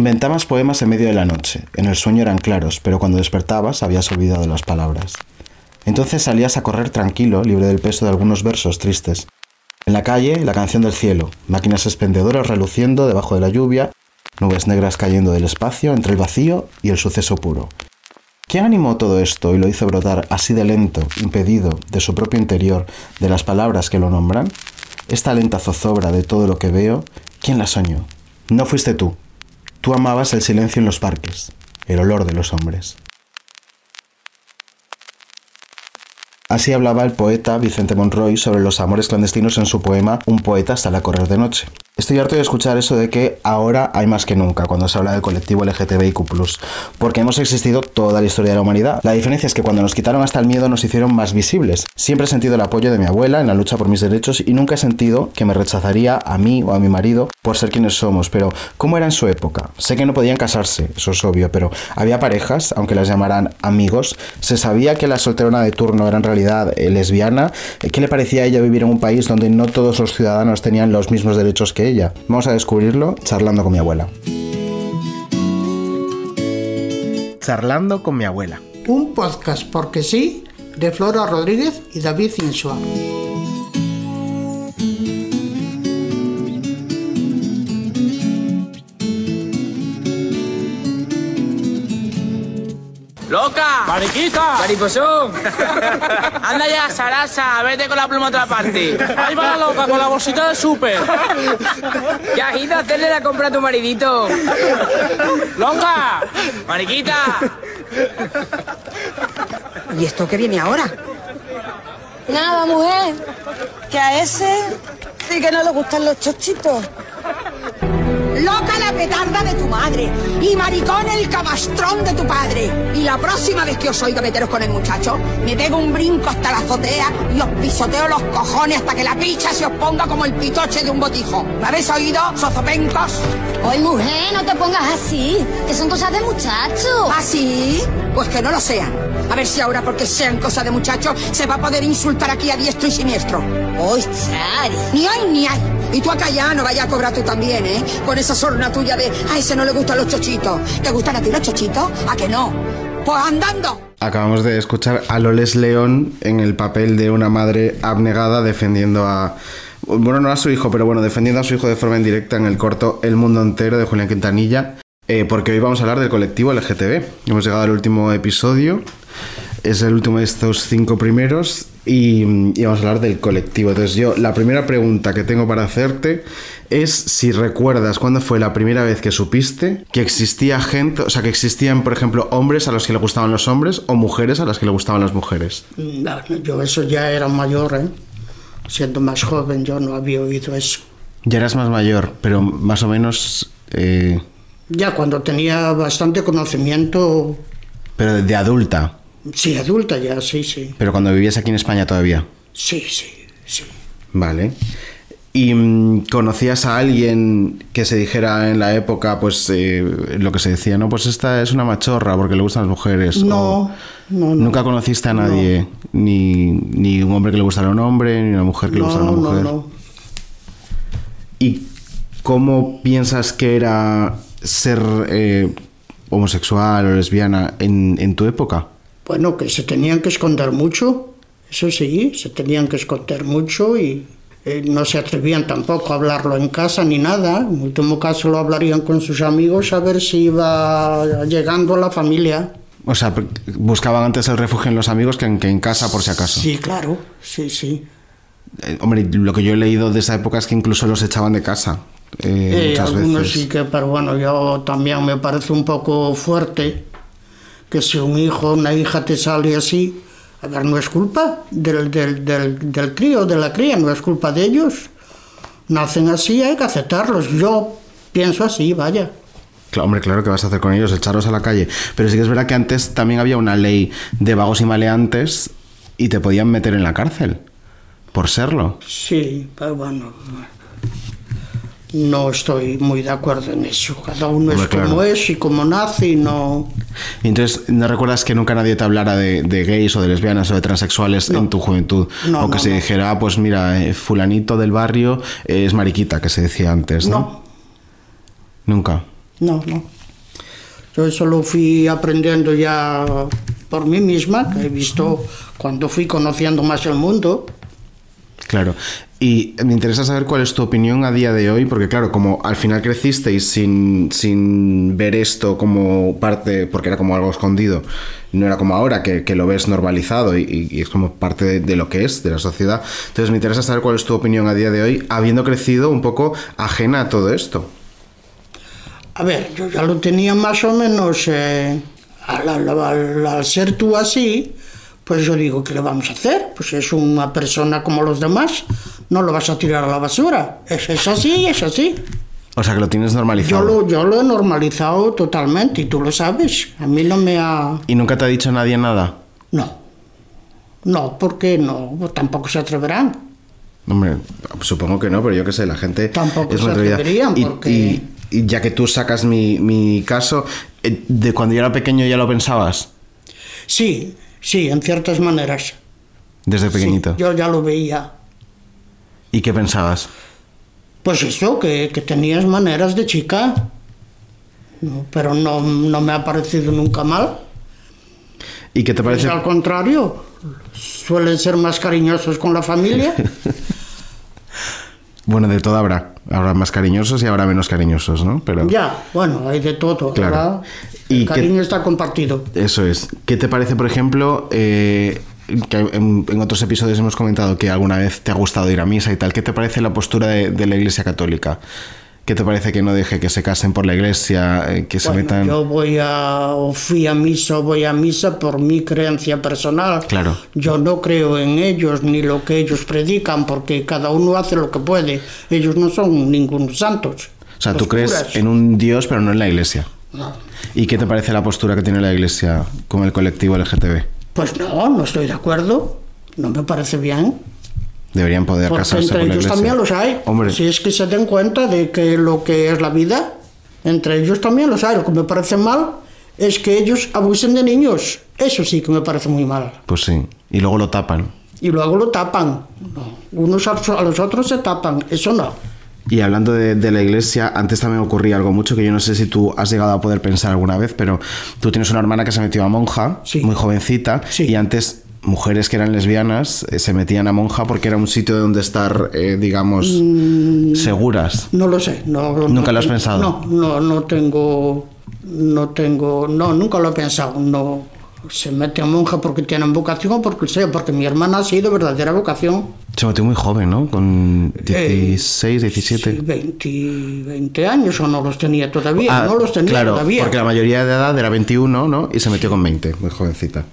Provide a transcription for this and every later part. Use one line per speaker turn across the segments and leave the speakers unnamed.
Inventabas poemas en medio de la noche. En el sueño eran claros, pero cuando despertabas habías olvidado las palabras. Entonces salías a correr tranquilo, libre del peso de algunos versos tristes. En la calle, la canción del cielo, máquinas expendedoras reluciendo debajo de la lluvia, nubes negras cayendo del espacio entre el vacío y el suceso puro. ¿Quién animó todo esto y lo hizo brotar así de lento, impedido, de su propio interior, de las palabras que lo nombran? Esta lenta zozobra de todo lo que veo, ¿quién la soñó? No fuiste tú. Tú amabas el silencio en los parques, el olor de los hombres. Así hablaba el poeta Vicente Monroy sobre los amores clandestinos en su poema Un poeta hasta la correr de noche. Estoy harto de escuchar eso de que ahora hay más que nunca cuando se habla del colectivo LGTBIQ, porque hemos existido toda la historia de la humanidad. La diferencia es que cuando nos quitaron hasta el miedo nos hicieron más visibles. Siempre he sentido el apoyo de mi abuela en la lucha por mis derechos y nunca he sentido que me rechazaría a mí o a mi marido por ser quienes somos, pero ¿cómo era en su época? Sé que no podían casarse, eso es obvio, pero había parejas, aunque las llamaran amigos, se sabía que la solterona de turno era en realidad eh, lesbiana, ¿qué le parecía a ella vivir en un país donde no todos los ciudadanos tenían los mismos derechos que ella? Vamos a descubrirlo charlando con mi abuela. Charlando con mi abuela.
Un podcast porque sí de Flora Rodríguez y David Insua.
¡Loca!
¡Mariquita!
¡Mariposón! ¡Anda ya, Sarasa! ¡Vete con la pluma a otra parte!
¡Ahí va la loca con la bolsita de súper!
¡Qué agita hacerle la compra a tu maridito!
¡Loca!
¡Mariquita!
¿Y esto qué viene ahora?
Nada, mujer. Que a ese sí que no le gustan los chochitos
loca la petarda de tu madre y maricón el cabastrón de tu padre. Y la próxima vez que os oiga meteros con el muchacho, me pego un brinco hasta la azotea y os pisoteo los cojones hasta que la picha se os ponga como el pitoche de un botijo. ¿Me habéis oído, sozopencos?
Oye, mujer, no te pongas así, que son cosas de muchacho.
¿Ah, sí? Pues que no lo sean. A ver si ahora, porque sean cosas de muchacho, se va a poder insultar aquí a diestro y siniestro.
¡Ostras!
Ni hay ni hay. Y tú acá ya no vayas a cobrar tú también, ¿eh? Con esa sorna tuya de a ese no le gustan los chochitos. ¿Te gustan a ti los chochitos? ¿A que no? Pues andando.
Acabamos de escuchar a Loles León en el papel de una madre abnegada defendiendo a. Bueno, no a su hijo, pero bueno, defendiendo a su hijo de forma indirecta en el corto El Mundo Entero de Julián Quintanilla. Eh, porque hoy vamos a hablar del colectivo LGTB. Hemos llegado al último episodio. Es el último de estos cinco primeros. Y, y, vamos a hablar del colectivo. Entonces yo, la primera pregunta que tengo para hacerte es si recuerdas cuándo fue la primera vez que supiste que existía gente, o sea, que existían, por ejemplo, hombres a los que le gustaban los hombres o mujeres a las que le gustaban las mujeres.
Mm, ah, Yo eso ya era mayor, ¿eh? Siendo más joven yo no había oído eso.
Ya eras más mayor, pero más o menos... Eh...
Ya cuando tenía bastante conocimiento...
Pero de adulta.
Sí, adulta ya, sí, sí.
Pero cuando vivías aquí en España todavía.
Sí, sí, sí.
Vale. ¿Y mm, conocías a alguien que se dijera en la época, pues eh, lo que se decía, no, pues esta es una machorra porque le gustan las mujeres?
No, no, no,
Nunca conociste a nadie, no. ni, ni, un hombre que le gustara a un hombre, ni una mujer que no, le gustara a una mujer. No, no. ¿Y cómo piensas que era ser eh, homosexual o lesbiana en, en tu época?
bueno, que se tenían que esconder mucho, eso sí, se tenían que esconder mucho y eh, no se atrevían tampoco a hablarlo en casa ni nada. En último caso lo hablarían con sus amigos a ver si iba llegando la familia.
O sea, buscaban antes el refugio en los amigos que en, que en casa por si acaso.
Sí, claro, sí, sí.
Eh, hombre, lo que yo he leído de esa época es que incluso los echaban de casa. Eh, muchas
algunos
veces.
sí que, pero bueno, yo también me parece un poco fuerte que si un hijo o una hija te sale así, a ver, no es culpa del, del, del, del crío, de la cría, no es culpa de ellos. Nacen así, hay que aceptarlos. Yo pienso así, vaya.
Claro, hombre, claro que vas a hacer con ellos, echarlos a la calle. Pero sí que es verdad que antes también había una ley de vagos y maleantes y te podían meter en la cárcel por serlo.
Sí, pero bueno. No estoy muy de acuerdo en eso. Cada uno Hombre, es como claro. es y como nace y no.
Entonces, ¿no recuerdas que nunca nadie te hablara de, de gays o de lesbianas o de transexuales no. en tu juventud? No, o que no, se dijera, ah, pues mira, eh, fulanito del barrio es mariquita, que se decía antes, ¿no?
No.
Nunca.
No, no. Yo eso lo fui aprendiendo ya por mí misma, que he visto cuando fui conociendo más el mundo.
Claro. Y me interesa saber cuál es tu opinión a día de hoy, porque claro, como al final crecisteis sin, sin ver esto como parte, porque era como algo escondido, no era como ahora, que, que lo ves normalizado y, y es como parte de, de lo que es, de la sociedad. Entonces me interesa saber cuál es tu opinión a día de hoy, habiendo crecido un poco ajena a todo esto.
A ver, yo ya lo tenía más o menos. eh, al, al- al- al ser tú así, pues yo digo, ¿qué le vamos a hacer? Pues es una persona como los demás, no lo vas a tirar a la basura. Es, es así y es así.
O sea, que lo tienes
Yo
normalizado.
lo, yo lo he normalizado totalmente y tú lo sabes. A mí no me ha.
Y nunca te ha dicho nadie nada.
No. No, porque no, tampoco se atreverán.
Hombre, supongo que no, pero yo qué sé, la gente
Tampoco
es muy
se
atrevida.
atreverían,
Y-
porque-
y, y ya que tú sacas mi, mi caso, eh, de cuando yo era pequeño ya lo pensabas,
Sí, sí, en ciertas maneras.
desde
Sí,
pequeñito.
yo ya lo veía.
¿Y qué pensabas?
Pues eso, que, que tenías maneras de chica. No, pero no, no me ha parecido nunca mal.
¿Y qué te parece?
Al contrario, suelen ser más cariñosos con la familia.
Bueno, de todo habrá. Habrá más cariñosos y habrá menos cariñosos, ¿no? Pero
ya, bueno, hay de todo.
Claro.
¿verdad?
Y
El
que-
cariño está compartido.
eso es. ¿Qué te parece, por ejemplo, eh, que en, en otros episodios hemos comentado que alguna vez te ha gustado ir a misa y tal? ¿Qué te parece la postura de, de la Iglesia Católica? ¿Qué te parece que no deje que se casen por la Iglesia, eh, que se
Bueno,
metan?
Yo voy a, o fui a misa o voy a misa por mi creencia personal.
Claro.
Yo no creo en ellos ni lo que ellos predican, porque cada uno hace lo que puede. Ellos no son ningunos santos.
O sea, tú
Los
crees
curas.
en un Dios, pero no en la iglesia. ¿Y qué te parece la postura que tiene la iglesia con el colectivo LGTB?
Pues no, no estoy de acuerdo. No me parece bien.
Deberían poder
Porque
casarse
Pues entre
con la
ellos
iglesia.
también los hay.
Hombre,
Si es que se den cuenta de que lo que es la vida, entre ellos también los hay. Lo que me parece mal es que ellos abusen de niños. Eso sí que me parece muy mal.
pues sí. Y luego lo tapan.
y luego lo tapan. Unos a a los otros se tapan, eso no.
Y hablando de, de la iglesia, antes también ocurría algo mucho que yo no sé si tú has llegado a poder pensar alguna vez, pero tú tienes una hermana que se metió a monja,
Sí.
muy jovencita,
Sí.
y antes mujeres que eran lesbianas eh, se metían a monja porque era un sitio donde estar, eh, digamos,
Mm.
seguras.
No lo sé. No,
¿Nunca
no
lo has
ten-
pensado?
No, no, no tengo, no tengo, no, nunca lo he pensado. No se mete a monja porque tienen vocación o porque sea, porque mi hermana ha sido verdadera vocación.
Se metió muy joven, ¿no? Con 16, 17.
Eh, Sí, 20, 20 años o no los tenía todavía,
Ah,
no los tenía
claro,
todavía.
porque la mayoría de edad era 21, ¿no? Y se metió con 20, muy jovencita.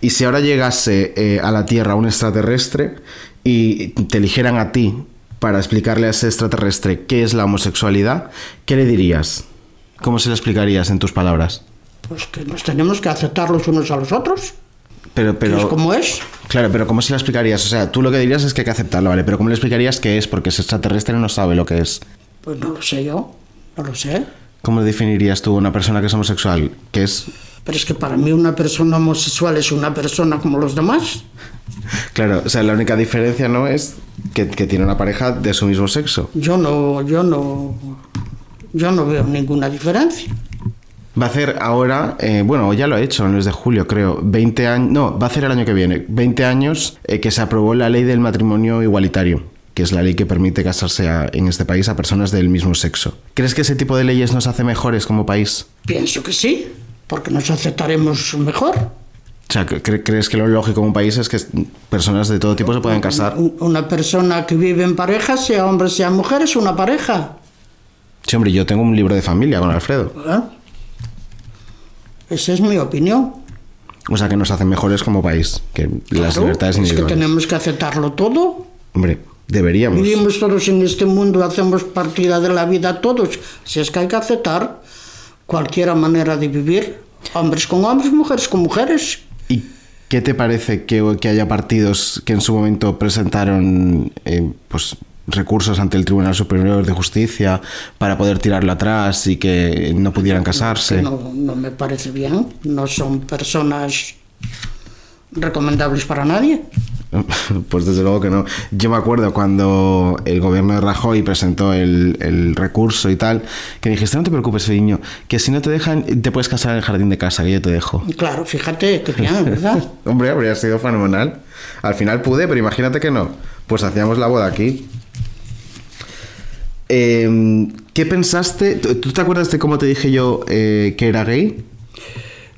Y si ahora llegase eh, a la Tierra un extraterrestre y te eligieran a ti para explicarle a ese extraterrestre qué es la homosexualidad, ¿qué le dirías? ¿Cómo se lo explicarías en tus palabras?
Pues que nos tenemos que aceptar los unos a los otros,
Pero,
que
pero,
es como es.
Claro, pero ¿cómo se lo explicarías? O sea, tú lo que dirías es que hay que aceptarlo, ¿vale? Pero ¿cómo le explicarías qué es? Porque ese extraterrestre no sabe lo que es.
Pues no lo sé yo, no lo sé.
¿Cómo definirías tú a una persona que es homosexual? ¿Qué es?
Pero es que para mí una persona homosexual es una persona como los demás.
Claro, o sea, la única diferencia no es que, que tiene una pareja de su mismo sexo.
Yo no, yo no, yo no veo ninguna diferencia.
Va a hacer ahora, eh, bueno, ya lo ha hecho, en el mes de julio creo, 20 años, no, va a hacer el año que viene, 20 años eh, que se aprobó la ley del matrimonio igualitario, que es la ley que permite casarse a- en este país a personas del mismo sexo. ¿Crees que ese tipo de leyes nos hace mejores como país?
Pienso que sí, porque nos aceptaremos mejor.
O sea, cre- ¿crees que lo lógico como país es que s- personas de todo tipo se puedan casar?
Un- Una persona que vive en pareja, sea hombre, sea mujer, es una pareja.
Sí, hombre, yo tengo un libro de familia con Alfredo.
¿eh? Esa es mi opinión.
O sea, que nos hacen mejores como país, que las
Claro,
libertades
es que
individuales.
tenemos que aceptarlo todo.
Hombre, deberíamos.
Vivimos todos en este mundo, hacemos partida de la vida todos. Si es que hay que aceptar cualquier manera de vivir, hombres con hombres, mujeres con mujeres.
¿Y qué te parece que, que haya partidos que en su momento presentaron eh, pues, recursos ante el Tribunal Superior de Justicia para poder tirarlo atrás y que no pudieran casarse?
No, no me parece bien, no son personas recomendables para nadie.
Pues desde luego que no. Yo me acuerdo cuando el gobierno de Rajoy presentó el, el recurso y tal, que dijiste, no te preocupes, Fediño, que si no te dejan, te puedes casar en el jardín de casa, que yo te dejo.
Claro, fíjate, que bien, ¿verdad?
Hombre, habría sido fenomenal. Al final pude, pero imagínate que no. Pues hacíamos la boda aquí. Eh, ¿Qué pensaste? ¿Tú tú te acuerdas de cómo te dije yo eh, que era gay?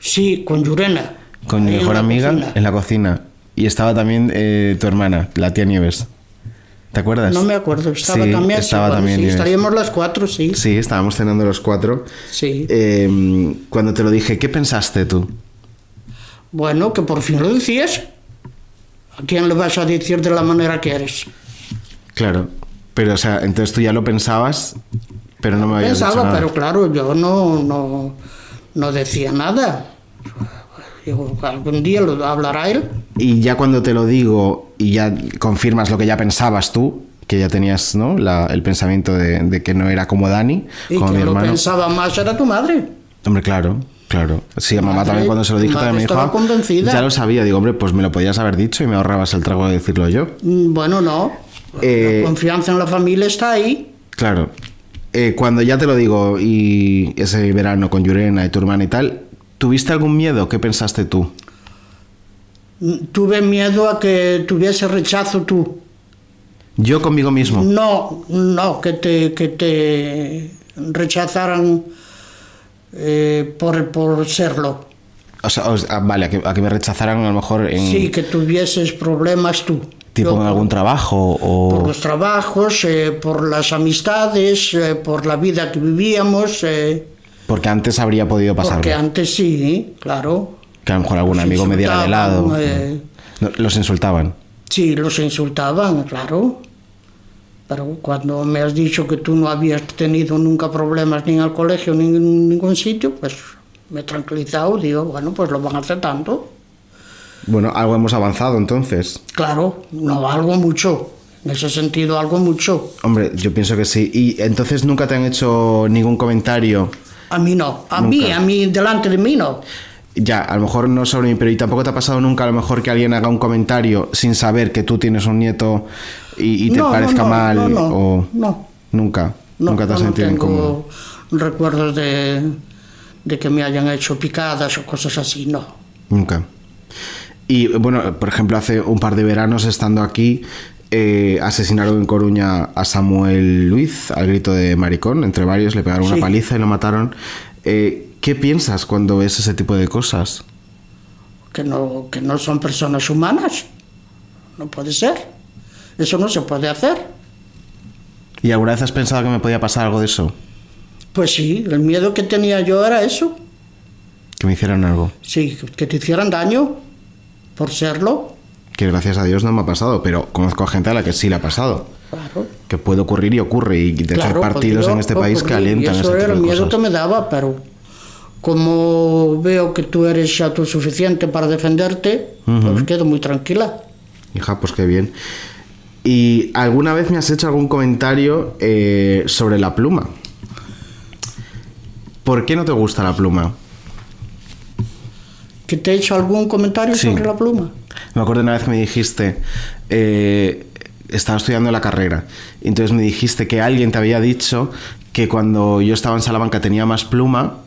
Sí, con Yurena.
Con mi
Ahí en
mejor
la
amiga
cocina.
en la cocina. Y estaba también eh, tu hermana, la tía Nieves. ¿Te acuerdas?
No me acuerdo, estaba
Sí,
también.
estaba
igual,
también
sí,
Nieves.
estaríamos las cuatro, sí.
Sí, estábamos cenando los cuatro.
Sí.
Eh, cuando te lo dije, ¿qué pensaste tú?
Bueno, que por fin lo decías. ¿A quién le vas a decir de la manera que eres?
Claro. Pero, o sea, entonces tú ya lo pensabas, pero no me habías dicho
Pensaba,
nada.
pero claro, yo no, no, no decía nada. Digo, algún día lo hablará él.
Y ya cuando te lo digo y ya confirmas lo que ya pensabas tú, que ya tenías ¿no? La- el pensamiento de, de que no era como Dani,
Y
como mi
quien lo
hermano.
pensaba más era tu madre.
Hombre, claro, claro. Sí, a mamá
Madre-
también cuando se lo dije
madre
también me dijo,
estaba
"Ah,
convencida".
ya lo sabía. Digo, hombre, pues me lo podías haber dicho y me ahorrabas el trago de decirlo yo.
Mm, Bueno, no.
Eh,
la confianza en la familia está ahí.
Claro. Eh, cuando ya te lo digo y ese verano con Yurena y tu hermana y tal, ¿tuviste algún miedo? ¿Qué pensaste tú?
Mm, Tuve miedo a que tuviese rechazo tú.
Yo conmigo mismo.
Mm. No, no, que te, que te rechazaran eh, por, por serlo.
O sea, os- ah, vale, a que, a que me rechazaran a lo mejor en
Sí, que tuvieses problemas tú.
Mm. tipo
Yo
en
por-
algún trabajo o
Por los trabajos, eh, por las amistades, eh, por la vida que vivíamos, eh,
porque antes habría podido pasar.
porque antes sí, ¿eh? claro.
Que a lo mejor algún
Los
amigo me diera de lado. Mm.
insultaban, eh.
No, los insultaban.
Sí, los insultaban, claro. Pero cuando me has dicho que tú no habías tenido nunca problemas ni en el colegio ni en ningún sitio, pues me he tranquilizado, digo, bueno, pues lo van a hacer tanto.
Bueno, algo hemos avanzado entonces.
Claro, no, algo mucho. En ese sentido, algo mucho.
Hombre, yo pienso que sí. Y entonces nunca te han hecho ningún comentario.
A mí no, a mí,
Nunca.
a mí, delante de mí no.
Ya, a lo mejor no sobre mí, pero ¿y tampoco te ha pasado nunca a lo mejor que alguien haga un comentario sin saber que tú tienes un nieto y, y te
No, no,
parezca
no,
mal?
no, no,
o...
no.
Nunca.
No,
nunca te has
yo no
sentido
tengo
incómodo.
recuerdos de, de que me hayan hecho picadas o cosas así, no.
Nunca. Y bueno, por ejemplo, hace un par de veranos estando aquí, eh, asesinaron en Coruña a Samuel Luis al grito de maricón, entre varios, le pegaron
Sí.
una paliza y lo mataron. Eh, ¿Qué piensas cuando ves ese tipo de cosas?
que no, que no son personas humanas. No puede ser. Eso no se puede hacer.
¿Y alguna vez has pensado que me podía pasar algo de eso?
Pues sí, el miedo que tenía yo era eso.
Que me hicieran algo.
Sí, que te hicieran daño por serlo.
Que gracias a Dios no me ha pasado, pero conozco a gente a la que sí le ha pasado.
Claro.
Que puede ocurrir y ocurre. Y de hecho hay
claro,
partidos
podría
en este país que
ocurrir, y
alientan
Eso
ese tipo
era el
de
miedo que
cosas.
me daba, pero como veo que tú eres autosuficiente para defenderte, pues quedo muy tranquila.
Hija, pues qué bien. ¿Y alguna vez me has hecho algún comentario eh, sobre la pluma? ¿Por qué no te gusta la pluma?
¿Que te he hecho algún comentario
Sí.
sobre la pluma?
Me acuerdo una vez que me dijiste, eh, estaba estudiando la carrera, y entonces me dijiste que alguien te había dicho que cuando yo estaba en Salamanca tenía más pluma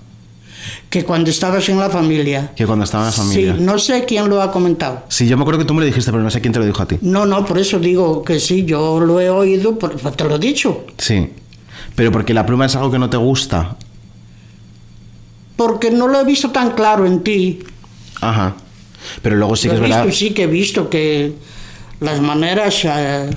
Que cuando estabas en la familia.
que cuando estaba en la familia.
Sí, no sé quién lo ha comentado.
Sí, yo me acuerdo que tú me lo dijiste, pero no sé quién te lo dijo a ti.
No, no, por eso digo que sí, yo lo he oído, por- por- te lo he dicho.
Sí. Pero porque la pluma es algo que no te gusta.
Porque no lo he visto tan claro en ti.
Ajá. Pero luego sí que
Lo
es
he
verdad.
visto, sí que he visto que las maneras eh,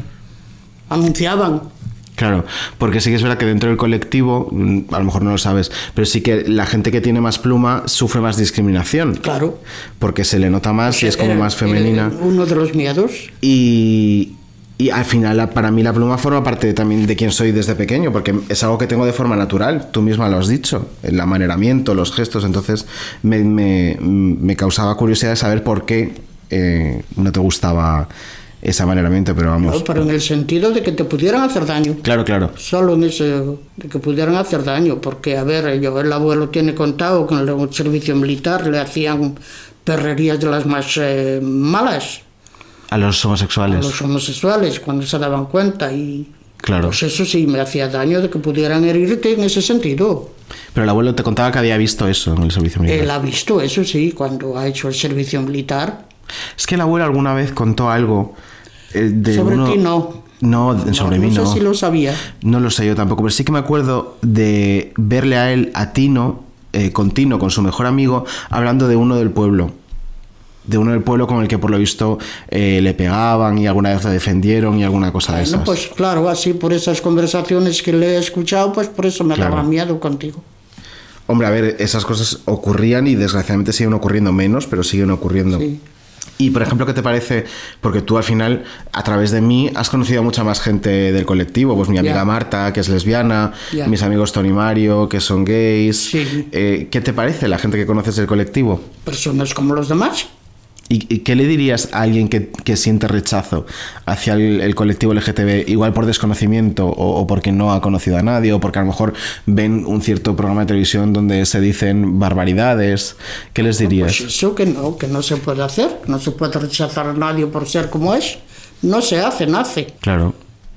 anunciaban.
Claro, porque sí que es verdad que dentro del colectivo, mm, a lo mejor no lo sabes, pero sí que la gente que tiene más pluma sufre más discriminación.
Claro.
Porque se le nota más y es como
Era-
más femenina.
era uno de los miedos.
Y, y al final, la- para mí, la pluma forma parte también de quien soy desde pequeño, porque es algo que tengo de forma natural. Tú misma lo has dicho, el amaneramiento, los gestos. Entonces, me, me- mm, me causaba curiosidad de saber por qué eh, no te gustaba ese amaneramiento, pero vamos.
¿no? Pero en el sentido de que te pudieran hacer daño.
Claro, claro.
Solo en ese, de que pudieran hacer daño, porque, a ver, yo, el abuelo tiene contado que en el servicio militar le hacían perrerías de las más eh, malas.
a los
a
homosexuales.
los homosexuales cuando se daban cuenta y
Claro.
pues eso sí me hacía daño de que pudieran herirte en ese sentido.
Pero el abuelo te contaba que había visto eso en el servicio militar.
Él ha visto eso sí cuando ha hecho el servicio militar.
Es que el abuelo alguna vez contó algo eh, de
Sobre
uno-
ti no.
No, de- sobre
no,
mí
no
no.
sé si lo sabía.
No lo sé yo tampoco, pero sí que me acuerdo de verle a él, a Tino, eh, con Tino, con su mejor amigo, hablando de uno del pueblo. De uno del pueblo con el que por lo visto eh, le pegaban y alguna vez le defendieron y alguna cosa de
Bueno,
esas.
pues claro, así por esas conversaciones que le he escuchado, pues por eso me
Claro.
daba miedo contigo.
Hombre, a ver, esas cosas ocurrían y desgraciadamente siguen ocurriendo menos, pero siguen ocurriendo.
Sí.
Y por ejemplo, ¿qué te parece? Porque tú al final, a través de mí, has conocido a mucha más gente del colectivo. Pues mi amiga
Ya.
Marta, que es lesbiana,
Ya.
mis amigos Tony y Mario, que son gays.
Sí.
Eh, ¿Qué te parece la gente que conoces del colectivo?
Personas como los demás.
¿Y, y qué le dirías a alguien que, que siente rechazo hacia el, el colectivo LGTB, igual por desconocimiento o, o porque no ha conocido a nadie o porque a lo mejor ven un cierto programa de televisión donde se dicen barbaridades? ¿Qué les dirías?
Pues eso que no, que no se puede hacer, no se puede rechazar a nadie por ser como es. No se hace, nace.
Claro.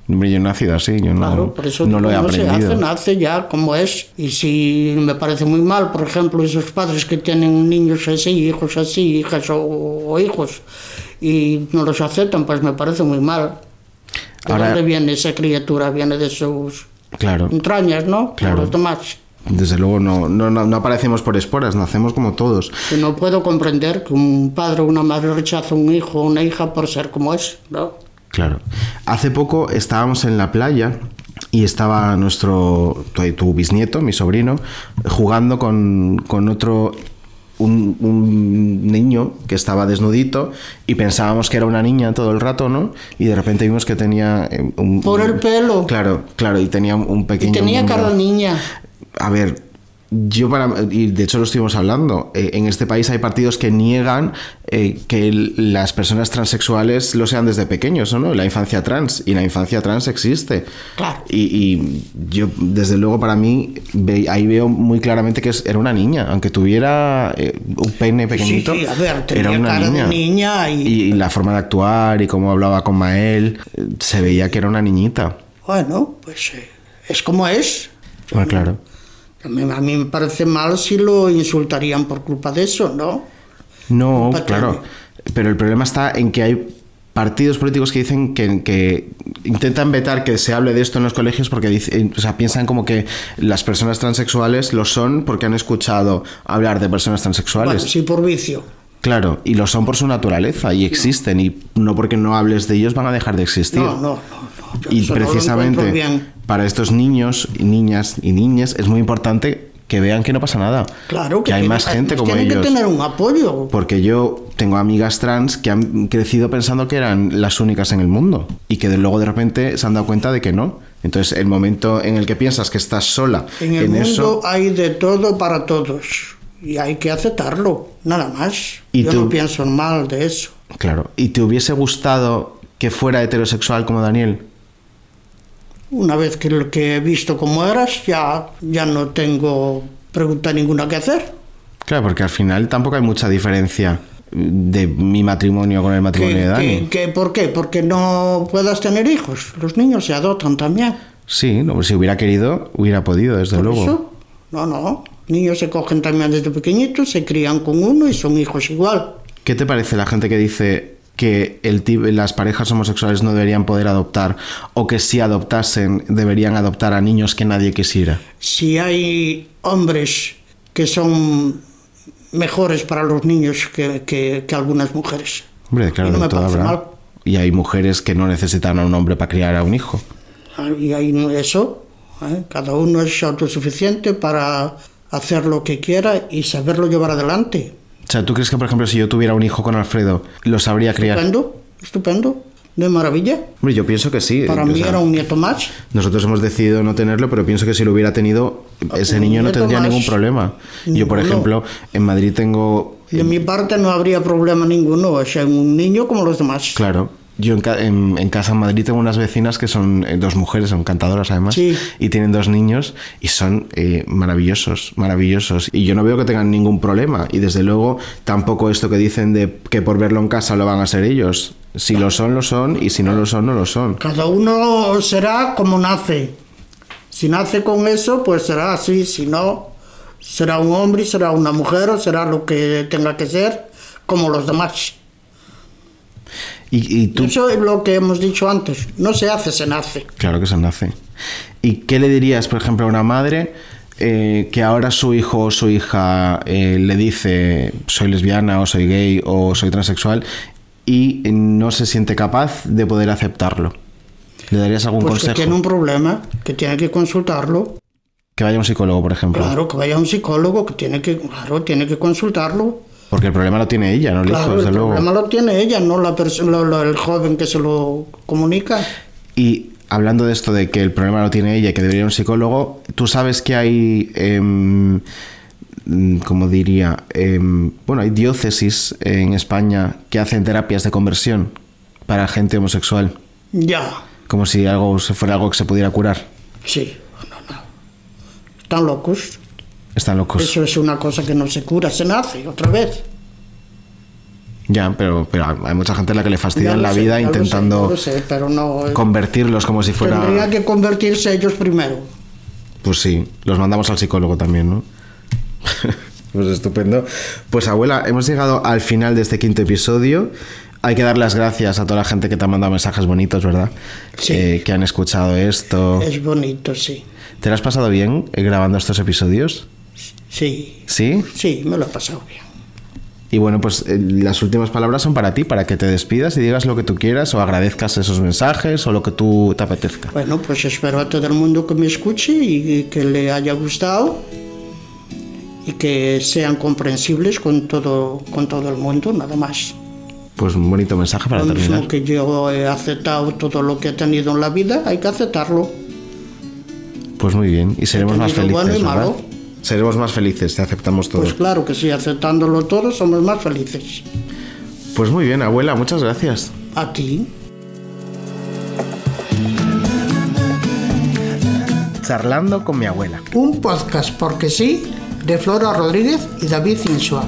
Hombre, yo no he nacido así, yo no,
Claro, por eso
no lo he
digo,
aprendido.
se hace, nace ya como es. Y si me parece muy mal, por ejemplo, esos padres que tienen niños así, hijos así, hijas o, o hijos, y no los aceptan, pues me parece muy mal. ¿De
Ahora-
dónde viene esa criatura? Viene de sus
Claro.
entrañas, ¿no? Como
Claro.
Los demás.
Desde luego no, no, no, no aparecemos por esporas, nacemos como todos.
Que no puedo comprender que un padre o una madre rechace a un hijo o una hija por ser como es, ¿no?
Claro. Hace poco estábamos en la playa y estaba nuestro, tu, tu bisnieto, mi sobrino, jugando con, con otro, un, un niño que estaba desnudito y pensábamos que era una niña todo el rato, ¿no? Y de repente vimos que tenía eh, un...
Por el pelo.
Claro, claro, y tenía un pequeño...
Y tenía
un-
cara de niña.
a ver, yo para. Y de hecho lo estuvimos hablando. eh, en este país hay partidos que niegan eh, que el- las personas transexuales lo sean desde pequeños, ¿o ¿no? La infancia trans. Y la infancia trans existe.
Claro.
Y, y yo, desde luego, para mí, ve- ahí veo muy claramente que es- era una niña. Aunque tuviera eh, un pene pequeñito.
sí, a ver, tenía
era una
cara de
niña.
niña y-
y la forma de actuar y cómo hablaba con Mael, eh, se veía que era una niñita.
Bueno, pues eh, es como es.
Bueno, claro.
A mí, a mí me parece mal si lo insultarían por culpa de eso, ¿no?
No,
Patente.
claro. Pero el problema está en que hay partidos políticos que dicen que, que intentan vetar que se hable de esto en los colegios porque dicen, o sea, piensan como que las personas transexuales lo son porque han escuchado hablar de personas transexuales.
Bueno, sí, por vicio.
Claro, y lo son por su naturaleza y existen y no porque no hables de ellos van a dejar de existir.
No, no, no. no, yo
Y
eso no lo
precisamente
encuentro bien.
para estos niños y niñas y niñas es muy importante que vean que no pasa nada.
Claro
que, hay
tiene-
más gente como
tienen
ellos. Pues,
que tener un apoyo.
Porque yo tengo amigas trans que han crecido pensando que eran las únicas en el mundo y que de luego de repente se han dado cuenta de que no. Entonces, el momento en el que piensas que estás sola
En el mundo
eso.
hay de todo para todos. Y hay que aceptarlo, nada más.
Y
Yo
tú-
no pienso mal de eso.
Claro. ¿Y te hubiese gustado que fuera heterosexual como Daniel?
Una vez que lo que he visto cómo eras, ya, ya no tengo pregunta ninguna que hacer.
Claro, porque al final tampoco hay mucha diferencia de mi matrimonio con el
¿Qué-
matrimonio de Dani.
qué- qué- por qué? Porque no puedas tener hijos. Los niños se adoptan también.
Sí, no, pues si hubiera querido, hubiera podido, desde luego.
Eso, No, no. Niños se cogen también desde pequeñitos, se crían con uno y son hijos igual.
¿Qué te parece la gente que dice que el tip- las parejas homosexuales no deberían poder adoptar o que si adoptasen deberían adoptar a niños que nadie quisiera?
Si hay hombres que son mejores para los niños que, que- que algunas mujeres.
Hombre, claro,
Y no
de
me
todo
parece
habrá.
mal.
Y hay mujeres que no necesitan a un hombre para criar a un hijo.
Y hay eso. ¿eh? Cada uno es autosuficiente para hacer lo que quiera y saberlo llevar adelante.
O sea, ¿tú crees que, por ejemplo, si yo tuviera un hijo con Alfredo, lo sabría criar?
Estupendo, estupendo. De maravilla.
Hombre, yo pienso que sí.
Para
o
mí
sea,
era un nieto más.
Nosotros hemos decidido no tenerlo, pero pienso que si lo hubiera tenido, ese
Un
niño no
nieto
tendría
más.
ningún problema. Yo, por
Ninguno.
ejemplo, en Madrid tengo...
De mi parte no habría problema ninguno, o sea, un niño como los demás.
Claro. Yo en, ca- en- en casa en Madrid tengo unas vecinas que son eh, dos mujeres, son cantadoras además,
Sí.
y tienen dos niños y son eh, maravillosos, maravillosos. Y yo no veo que tengan ningún problema. Y desde luego tampoco esto que dicen de que por verlo en casa lo van a ser ellos. Si lo son, lo son, y si no lo son, no lo son.
Cada uno será como nace. Si nace con eso, pues será así. Si no, será un hombre, será una mujer, o será lo que tenga que ser, como los demás.
Y, y tú...
Eso es lo que hemos dicho antes. No se hace, se nace.
Claro que se nace. ¿Y qué le dirías, por ejemplo, a una madre eh, que ahora su hijo o su hija eh, le dice soy lesbiana o soy gay o soy transexual y no se siente capaz de poder aceptarlo? ¿Le darías algún
Pues
consejo?
que tiene un problema, que tiene que consultarlo.
Que vaya a un psicólogo, por ejemplo.
Claro, que vaya a un psicólogo, que tiene que, claro, tiene que consultarlo.
Porque el problema lo tiene ella, no el hijo,
Claro,
desde
el
luego.
problema lo tiene ella, no la perso- lo- lo- el joven que se lo comunica.
Y hablando de esto de que el problema lo tiene ella, y que debería ir a un psicólogo, tú sabes que hay, em, mm, como diría, Em, bueno, hay diócesis en España que hacen terapias de conversión para gente homosexual,
Ya,
como si algo se- fuera algo que se pudiera curar.
sí, no, no. Están locos.
Están locos.
Eso es una cosa que no se cura, se nace otra vez.
Ya, pero, pero hay mucha gente a la que le
Ya
fastidian
lo
la
sé,
vida
ya lo sé,
intentando
ya lo sé, pero no. eh,
convertirlos como si fuera...
Tendría que convertirse ellos primero.
Pues sí, los mandamos al psicólogo también, ¿no? pues estupendo. Pues abuela, hemos llegado al final de este quinto episodio. Hay que dar las gracias a toda la gente que te ha mandado mensajes bonitos, ¿verdad?
Sí. Eh.
Eh, que han escuchado esto.
Es bonito, sí.
¿Te lo has pasado bien eh, grabando estos episodios?
Sí,
Sí.
sí, me lo he pasado bien.
Y bueno, pues eh, las últimas palabras son para ti, para que te despidas y digas lo que tú quieras o agradezcas esos mensajes o lo que tú te apetezca.
Bueno, pues espero a todo el mundo que me escuche y que le haya gustado y que sean comprensibles con todo, con todo el mundo, nada más.
Pues un bonito mensaje para
Lo
terminar.
mismo que yo he aceptado todo lo que he tenido en la vida, hay que aceptarlo.
Pues muy bien. Y seremos más
tenido
felices.
bueno y
¿verdad?
malo.
Seremos más felices, te aceptamos todos.
Pues claro que sí, aceptándolo todo somos más felices.
Pues muy bien, abuela, muchas gracias.
A ti.
Charlando con mi abuela.
Un podcast porque sí de Flora Rodríguez y David Insua.